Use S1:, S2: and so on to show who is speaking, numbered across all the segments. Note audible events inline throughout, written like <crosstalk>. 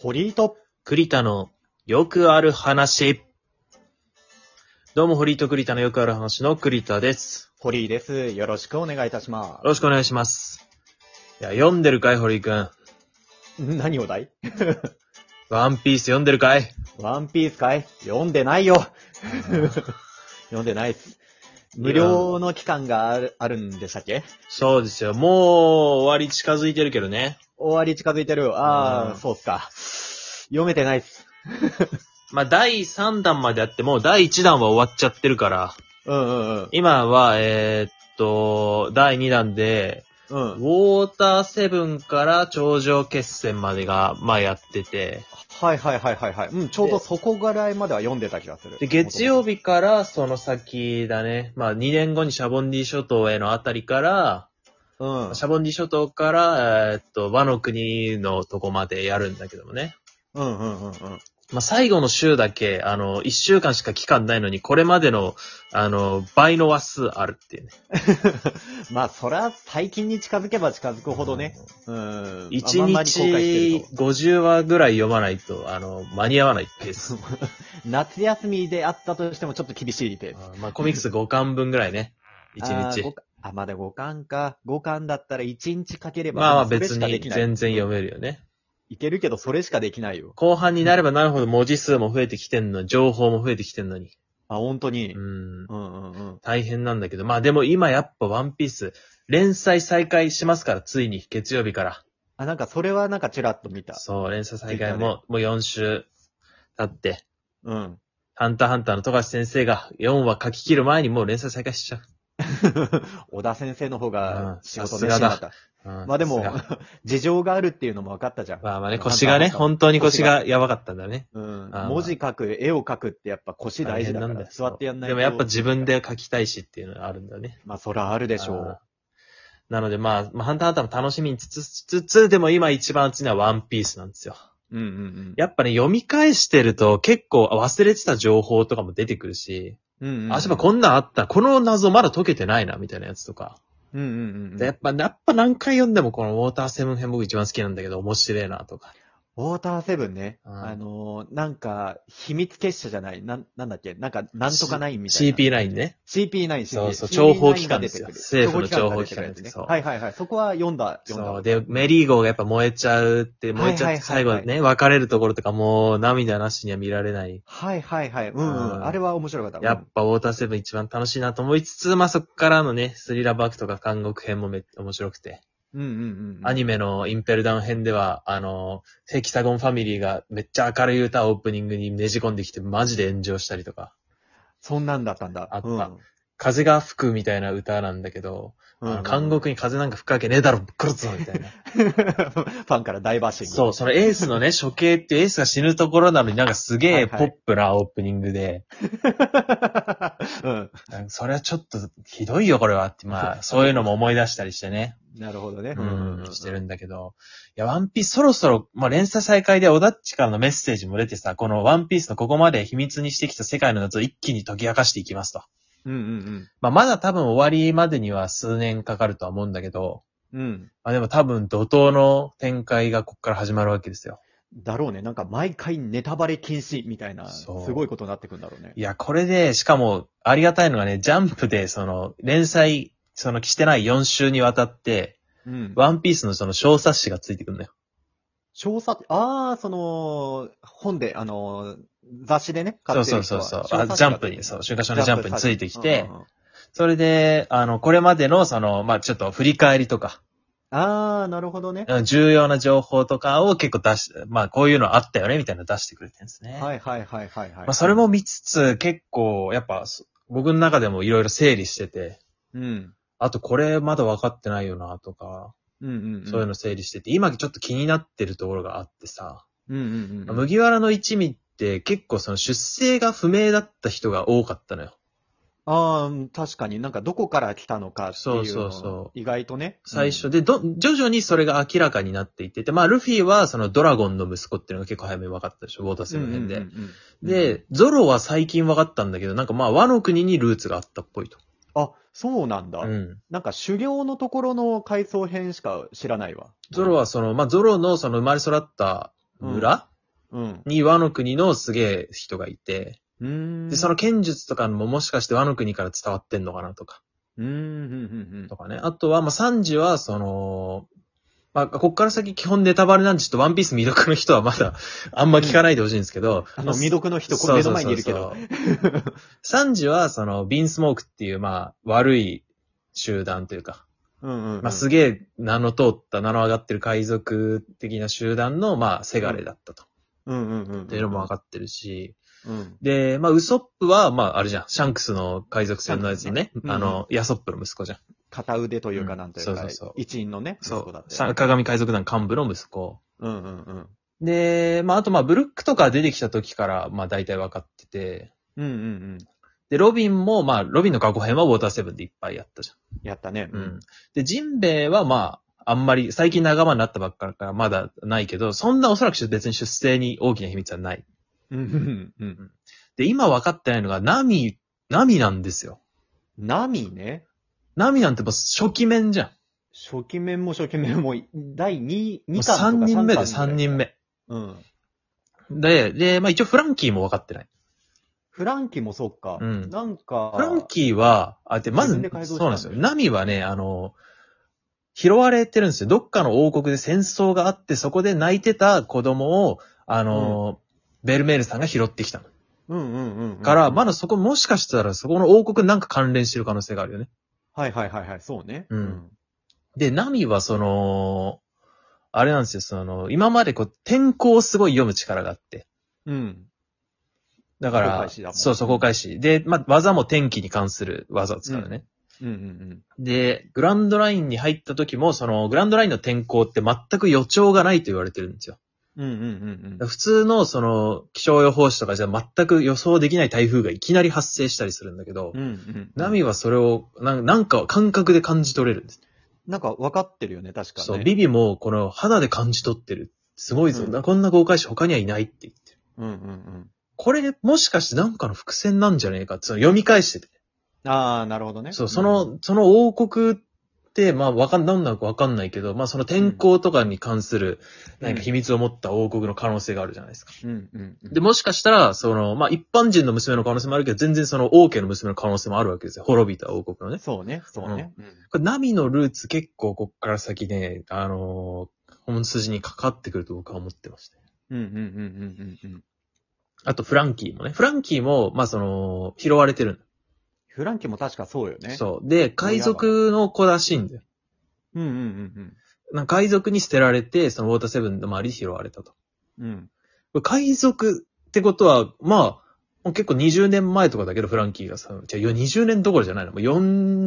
S1: 堀井と、
S2: 栗田のよくある話。どうも、堀井と栗田のよくある話の栗田です。
S1: 堀井です。よろしくお願いいたしま
S2: よろしくお願いします。いや、読んでるかい、堀井くん。
S1: す。ん何お題
S2: ワンピース読んでるかい
S1: ワンピースかい読んでないよ <laughs> 読んでないっす。無料の期間があるあるんでしたっけ
S2: そうですよ。もう終わり近づいてるけどね。
S1: 終わり近づいてる。あ
S2: う
S1: ー、
S2: ん
S1: そうっすか。読めてないっす。
S2: まあ、第3弾まであって、もう第1弾は終わっちゃってるから、
S1: うんうん
S2: 今は、えーっと、第2弾で、
S1: うん。
S2: ウ
S1: うん。
S2: ォーターセブンから頂上決戦までが、まあ、やってて、
S1: はいはいはいはいはい。うん、ちょうどそこぐらいまでは読んでた気がする。
S2: で、月曜
S1: 日。
S2: 日からその先だね。まあ、2年後にシャボンディ諸島へのあたりから、
S1: うん。
S2: シャボンディ諸島から、えーっと、和の国のとこまでやるんだけどもね。
S1: うんうんうんうん。 <laughs>
S2: まあ、最後の週だけ、あの、1週間しか期間ないのに、これまでの、あの、倍の話数あるっていうね。
S1: まあ、そら、最近に近づけば近づくほどね。うん。
S2: 1
S1: あんまり後悔してる
S2: 日
S1: と
S2: 50話ぐらい読まないと、あの、間に合わないペース。
S1: <laughs> 夏休みであったとしてもちょっと厳しいペース。
S2: あーまあ、コミックス5巻分ぐらいね。1
S1: あー
S2: 日
S1: ご。あ、まだ5巻か。5巻だったら1日かければ。
S2: まあまあ
S1: それ
S2: 別
S1: しか
S2: に
S1: できない
S2: 全然読めるよね。
S1: いけるけど、それしかできないよ。
S2: 後半になればなるほど文字数も増えてきてんの、情報も増えてきてんのに。
S1: あ、本当に。
S2: う
S1: うん、
S2: ん。
S1: うん、うんうん。
S2: 大変なんだけど。まあでも今やっぱワンピース、連載再開しますから、ついに、月曜日から。
S1: あ、なんかそれはなんかチラッと見た。
S2: そう、連載再
S1: ツイッター
S2: 開
S1: で
S2: も、もう4週経って、
S1: うん。
S2: ハンターハンターの富樫先生が4話書き切る前にもう連載再開しちゃう。
S1: 小田先生の方
S2: うん
S1: が仕事
S2: さす
S1: 熱心
S2: がだ
S1: だった。
S2: うん
S1: まあで
S2: さ
S1: も
S2: すが、
S1: <laughs> 事情があるっていうのも分かったじゃん。
S2: まあまあね、腰がね、本当に腰がやばかったんだね。
S1: うん
S2: あー
S1: 文字書く、絵を書くってやっぱ腰大事だか
S2: 大変
S1: ら、座ってやんないと。
S2: でもやっぱ自分。で書きたいしっていうのがあるんだよね。
S1: まあそらあるでしょ
S2: あー
S1: う。
S2: なのでまあ、まあ、ハンターハンターも楽しみにつつつつつ、でも今一番熱いのはワンピースなんですよ。
S1: うんうんうん。
S2: やっぱね、読み返してると結構忘れてた情報とかも出てくるし、
S1: うんうん。
S2: あ、そういえばこんなんあった、この謎まだ解けてないな、みたいなやつとか。
S1: うんうんうん。
S2: でやっぱ、やっぱ何回読んでもこのウォーターセブン編僕一番好きなんだけど、面白いな、とか。
S1: ウォーターセブンね。
S2: うん
S1: あのー、なんか、秘密結社じゃない。なん、なんだっけなんか、なんとかないみたいな。。
S2: CP9 ね。
S1: CP9、CP9。
S2: そうそう
S1: CP9
S2: 情報機関ですよ
S1: が出てくる
S2: 政府の情報機関
S1: 情報機関が出
S2: です
S1: てくるやつね
S2: そう
S1: はいはいはい。そこは読んだ、読んだ
S2: そう。。で、メリーゴーがやっぱ燃えちゃうって、燃えちゃっ
S1: はいはいはいは
S2: て
S1: い
S2: 最後ね、別れるところとかもう涙なしには見られない。
S1: はいはいはい。うんう。
S2: うんん
S1: あれは面白かった。
S2: やっぱウォーターセブン一番楽しいなと思いつつ、まあ、そこからのね、スリラーバークとか監獄編もめ面白くて、
S1: うんうんうんうん。
S2: アニメのインペルダウン編では、あの、ヘキサゴンファミリーがめっちゃ明るい歌をオープニングにねじ込んできてマジで炎上したりとか、
S1: そんなんだったんだ。
S2: あった
S1: うん
S2: 風が吹くみたいな歌なんだけど、
S1: うん
S2: あの監獄に風なんか吹くわけねえだろ、ぶっ殺すぞみたいな。
S1: <laughs> ファンからダイバーシング。
S2: そう、そのエースのね、処刑っていうエースが死ぬところなのになんかすげえ
S1: は
S2: ポ
S1: いはい
S2: ップなオープニングで、
S1: <laughs> うん。
S2: なんかそれはちょっとひどいよこれはって、ま
S1: <laughs>
S2: あ、そういうのも思い出したりしてね。
S1: なるほどね。
S2: うん、 <laughs> してるんだけど。いや、ワンピースそろそろ、まあ、連載再開でオダッチからのメッセージも出てさ、このワンピースのここまで秘密にしてきた世界の謎を一気に解き明かしていきますと。
S1: うんうん
S2: まあ、まだ多分終わりまでには数年かかるとは思うんだけど、
S1: うん。うん。
S2: まあ、でも多分怒涛の展開がここから始まるわけですよ。
S1: だろうね。なんか毎回ネタバレ禁止みたいな、す
S2: そう
S1: ごいことになってくんだろうね。
S2: いや、これで、しかも、ありがたいのがね、ジャンプで、その、連載、その、してない4週にわたって、
S1: うん。
S2: ワンピースのその、小冊子がついてくるんだよ
S1: 小冊、ああ、その、本で、あの、雑誌でね、買
S2: そう
S1: って
S2: そ
S1: る
S2: う
S1: 人
S2: そう
S1: は
S2: そう。
S1: 小冊
S2: あジ
S1: 子
S2: ャ
S1: だ
S2: ン
S1: と
S2: プ
S1: ね
S2: に、そう、週刊誌のジャンプについてきて、
S1: うんうんうん
S2: それで、あの、これまでの、その、まあ、ちょっと振り返りとか、
S1: ああ、なるほどね。
S2: うん重要な情報とかを結構出し、まあ、こういうのあったよね、みたいなの出してくれてるんですね。
S1: はいはいはいはいはい。
S2: まあ、それも、見つつ、結構、やっぱ、そ僕の中でもいろいろ整理してて、
S1: うん。
S2: あと、これまだ分かってないよな、とか、
S1: うんうんうん。
S2: そういうの整理してて、今ちょっと気になってるところがあってさ、
S1: うんうんうん。
S2: 麦わらの一味って結構その出生が不明だった人が多かったのよ。
S1: ああ、確かになんかどこから来たのかっていうの。
S2: そうそうそう
S1: 意外とね。
S2: 最初で、ど、徐々にそれが明らかになっていってて、まあ、ルフィはそのドラゴンの息子っていうのが結構早めに分かったでしょ、ウォーターセブン編
S1: うん
S2: で
S1: う。んうんうん、
S2: で、ゾロは最近分かったんだけど、なんかまあ、和の国にルーツがあったっぽいと。
S1: あ、そうなんだ。
S2: うん。
S1: なんか修行のところの回想編しか知らないわ。
S2: ゾロはその、まあ、ゾロのその生まれ育った村、
S1: うん。
S2: に和の国のすげえ人がいて、
S1: うーん。
S2: で、その、剣術とかももしかして和の国から伝わってんのかなとか、
S1: うーん、うん、
S2: とかね。あとは、まあ、サンジは、その、まあ、こっから先基本ネタバレなんで、ちょっとワンピース魅力の人はまだ、あんま聞かないでほしいんですけど、
S1: あの、未読の人、これ目の前にいるけど。
S2: そうそうそうそう。サンジは、その、ビンスモークっていう、まあ、悪い集団というか、
S1: うんうんうん。
S2: まあ、すげえ名の通った、名の上がってる海賊的な集団の、まあ、せがれだったと。
S1: うんうんうん。
S2: っていうのも分か
S1: っ
S2: ってるし。
S1: うん。
S2: で、まあ、ウソップは、まあ、あれじゃん。シャンクスの海賊船のやつのね
S1: シャンクス。ね
S2: あ
S1: うん
S2: の、ヤソップの息子じゃん。
S1: 片腕というか、
S2: うん
S1: なんというか、
S2: そうそうそう
S1: 一員のね、
S2: そ
S1: 息子だ
S2: う
S1: っ。た
S2: シ
S1: よ
S2: ャ
S1: ね
S2: ン鏡海賊団幹部の息子。
S1: うんうんうん。
S2: で、まあ、あと、まあ、ブルックとか出てきた時から、まあ、大体分かってて。
S1: うんうんうん。
S2: で、ロビンも、まあ、ロビンの過去編はウォーターセブンでいっぱいやったじ
S1: やったね。
S2: ゃん。うん。で、ジンベイは、まあ、あんまり、最近仲間になったばっかだから、まだないけど、そんなおそらく別に出世に大きな秘密はない。
S1: うんうんうん。
S2: で、今分かってないのが、ナミ、ナミなんですよ。
S1: ナミね。
S2: ナミなんてもう初期面じゃん。
S1: 初期面も初期面も、第2、
S2: もう
S1: 二巻とか
S2: 3人目で3
S1: 三
S2: 人
S1: 巻ぐらい。
S2: 目。
S1: うん。
S2: で、で、まあ一応フランキーも分かってない。
S1: フランキーもそっか。
S2: うん
S1: なんか、
S2: フランキーは、あ、で、ま
S1: 自
S2: ず、
S1: 分で改造し
S2: そう
S1: た
S2: なん
S1: ん
S2: で
S1: だ
S2: すよ。ナミはね、あの、拾われてるんですよ。どっかの王国で戦争があって、そこで泣いてた子供を、あの、ベルメールさんが拾ってきたの。
S1: うんうんうん、うん。
S2: から、まだそこもしかしたらそこの王国なんか関連してる可能性があるよね。
S1: はいはいはいはい、そうね。
S2: うんで、ナミはその、あれなんですよ、その、今までこう、天候をすごい読む力があって。
S1: うん。うん。
S2: だか
S1: 公
S2: ら
S1: 開誌だも、ん
S2: そうそう、公開誌。で、まあ、技も天気に関する技を使うね。
S1: うんうん
S2: で、グランドラインに入った時も、その、グランドラインの天候って全く予兆がないと言われてるんですよ。
S1: うん。うんうんうん
S2: 普通の、その、気象予報士とかじゃ全く予想できない台風がいきなり発生したりするんだけど
S1: うん。う、んうん。
S2: 波はそれをなん、なんか感覚で感じ取れるんです。
S1: なんか分かってるよね、確かね。
S2: そう、ビビもこの肌で感じ取ってる。すごいぞ。
S1: うん
S2: なこんな豪快師他にはいないって言ってる。
S1: うんうんうん。
S2: これ、もしかしてなんかの伏線なんじゃねえかって、その読み返してて。
S1: ああ、なるほどね。
S2: そう、その、その王国って、まあ、わかん、なんなのかわかんないけど、まあ、その天候とかに関する、
S1: うん
S2: なんか秘密を持った王国の可能性があるじゃないですか。
S1: うん、うんうん。
S2: で、もしかしたら、その、まあ、一般人の娘の可能性もあるけど、全然その王家の娘の可能性もあるわけですよ。滅びた王国のね。
S1: そうね、そうね。うん
S2: これ、ナミのルーツ結構こっから先ね、あのー本筋にかかってくると僕は思ってました。
S1: うんうんうんうんうんうん。
S2: あと、フランキーもね。フランキーも、まあ、その、拾われてる
S1: フランキーも確かそうよ
S2: の、
S1: ね。う。
S2: そう。で、海賊の子らしいんだよ。
S1: うんうんうん
S2: なんか海賊に捨てられて、そのウォーターセブンの周りに拾われたと。
S1: うん。うん。
S2: 海賊ってことは、まあ、もう結構20年前とかだけど、フランキーがさ、じゃあいや20年どころじゃないの。もう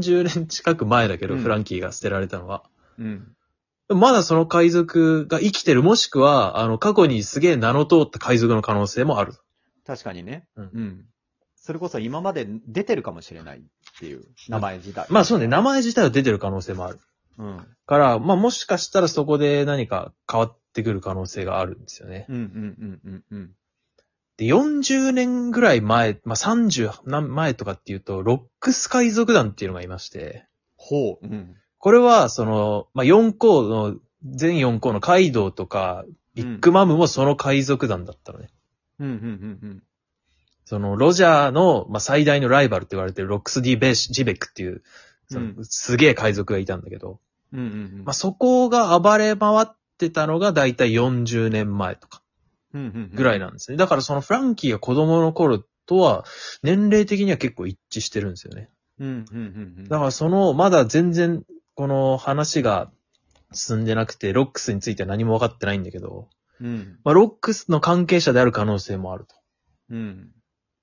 S2: 40年近く前だけど、
S1: うん
S2: フランキーが捨てられたのは。
S1: うん。
S2: でもまだその海賊が生きてる、もしくは、あの、過去にすげえ名の通った海賊の可能性もある。
S1: 確かにね。
S2: うん
S1: うん。それこそ今まで出てるかもしれないっていう名前自体。
S2: まあそうね、名前自体は出てる可能性もある。
S1: うん。うん
S2: から、まあもしかしたらそこで何か変わってくる可能性があるんですよね。
S1: うんうんうんうん
S2: で、40年ぐらい前、まあ、30何前とかっていうと、ロックス海賊団っていうのがいまして、
S1: ほう。うん。
S2: これは、その、まあ、4校の、全4校のカイドウとか、ビッグマムもその海賊団だったのね。
S1: うんうんうんうん。
S2: その、ロジャーの、まあ、最大のライバルって言われてるロックス・ディ・ベーシ、ジベックっていう、その
S1: うん
S2: すげえ海賊がいたんだけど、
S1: うんうんうん。
S2: まあ、そこが暴れ回ってたのが大体40年前とか。
S1: うんうんうん
S2: ぐらいなんですね。だからそのフランキーが子供の頃とは、年齢的には結構一致してるんですよね。
S1: うんうんうんうん。
S2: だからその、まだ全然、この話が進んでなくて、ロックスについては何も分かってないんだけど、
S1: うん。
S2: まあ、ロックスの関係者である可能性もあると。
S1: うん。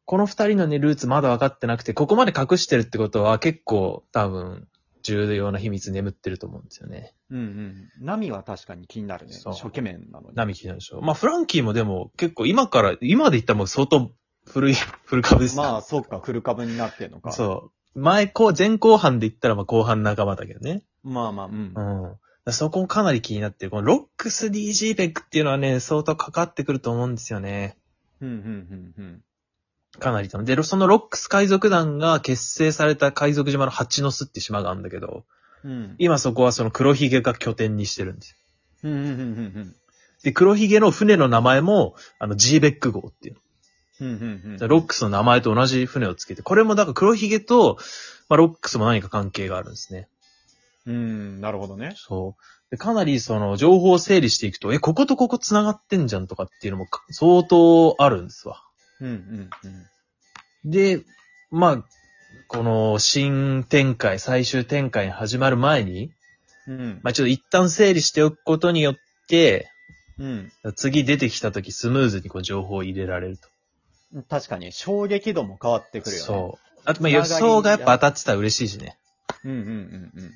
S2: この二人のね、ルーツまだ分かってなくて、ここまで隠してるってことは結構多分、重要な秘密眠ってると思うんですよね。
S1: うんうん。波は確かに気になるね。
S2: そう
S1: 初期面なのに。
S2: ナミキなんでしょう。まあ、フランキーもでも結構今から、今で言ったらもう相当古い、 <laughs> 古株ですね
S1: まあ、そうか、古株になってんのか。う。
S2: そう。前、こう、前後半で言ったら、まあ後半仲間だけどね。
S1: まあまあ、うん
S2: う。ん。だからそこかなり気になってる。このロックス DG ペックっていうのはね、相当かかってくると思うんですよね。
S1: うん、うん、うん、
S2: かなりと。で、そのロックス海賊団が結成された海賊島の蜂の巣って島があるんだけど、
S1: うん。うん。
S2: 今そこはその黒ひげが拠点にしてるんですよ。
S1: うん、うん、うん、うん。
S2: で、黒ひげの船の名前も、あの、ジーベック号っていう。
S1: うんうんうん。
S2: ロックスの名前と同じ船をつけて、これもだから黒ひげと、まあ、ロックスも何か関係があるんですね。
S1: うん、なるほどね。
S2: そう。でかなりその情報を整理していくと、え、こことここ繋がってんじゃんとかっていうのもか相当あるんですわ。
S1: うんうんうん。
S2: で、まあ、この新展開、最終展開に始まる前に、
S1: うん。
S2: まあちょっと一旦整理しておくことによって、
S1: うん。
S2: 次出てきた時スムーズにこう情報を入れられると。
S1: 確かに、衝撃度も変わってくるよね。
S2: そう。あと、まあ予想がやっぱ当たってたら嬉しいしね。
S1: う。うんうんうんうん。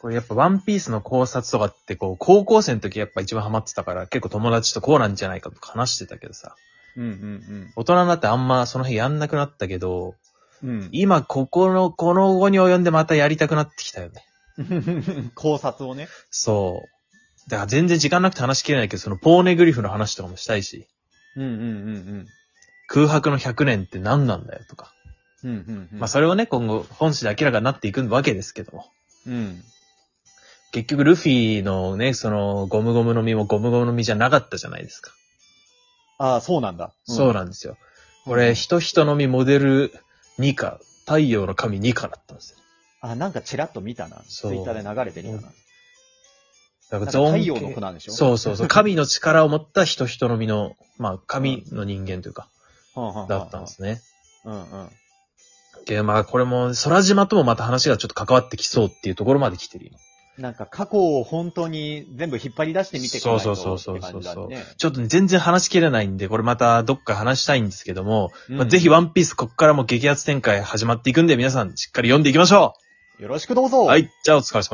S2: これやっぱワンピースの考察とかってこう、高校生の時やっぱ一番ハマってたから、結構友達とこうなんじゃないかとか話してたけどさ。
S1: うんうん
S2: 大人になってあんまその辺やんなくなったけど、
S1: うん。うん。
S2: 今ここの、この後に及んでまたやりたくなってきたよね。
S1: 考察をね。
S2: そう。だから全然時間なくて話しきれないけど、そのポーネグリフの話とかもしたいし、
S1: うんうんうん
S2: 空白の100年って何なんだよとか。
S1: うん。うんうんうん。
S2: まあそれをね、今後本誌で明らかになっていくわけですけども。
S1: うん。
S2: 結局ルフィのね、そのゴムゴムの実もゴムゴムの実じゃなかったじゃないですか。
S1: ああ、そうなんだ。
S2: そう
S1: だ。
S2: なんですよ。これ、人人のみモデル2か、太陽の神2かだったんですよ。
S1: あ、なんかチラッと見たな。ツ
S2: そう
S1: イッターで流れてみたな。
S2: だ
S1: なん
S2: か
S1: から太陽の子なんでしょ
S2: そ
S1: <laughs>
S2: うそうそう。神の力を持った人人の身の、まあ、神の人間というか、
S1: う。はんはんはんはん
S2: だったんで。すね。
S1: うんうん。
S2: で、まあ、これも、空島ともまた話がちょっと関わってきそうっていうところまで来てる今。
S1: なんか過去を本当に全部引っ張り出してみていかないと
S2: そうそうそ
S1: っ
S2: うそう
S1: て感じだね。
S2: ちょっとね全然話しきれないんで、これまたどっか話したいんですけども、ま
S1: う
S2: あ、
S1: ん
S2: ぜひワンピースここからも激アツ展開始まっていくんで、皆さんしっかり読んでいきましょ
S1: よろしくどうぞ
S2: うはい、じゃあお疲れ様です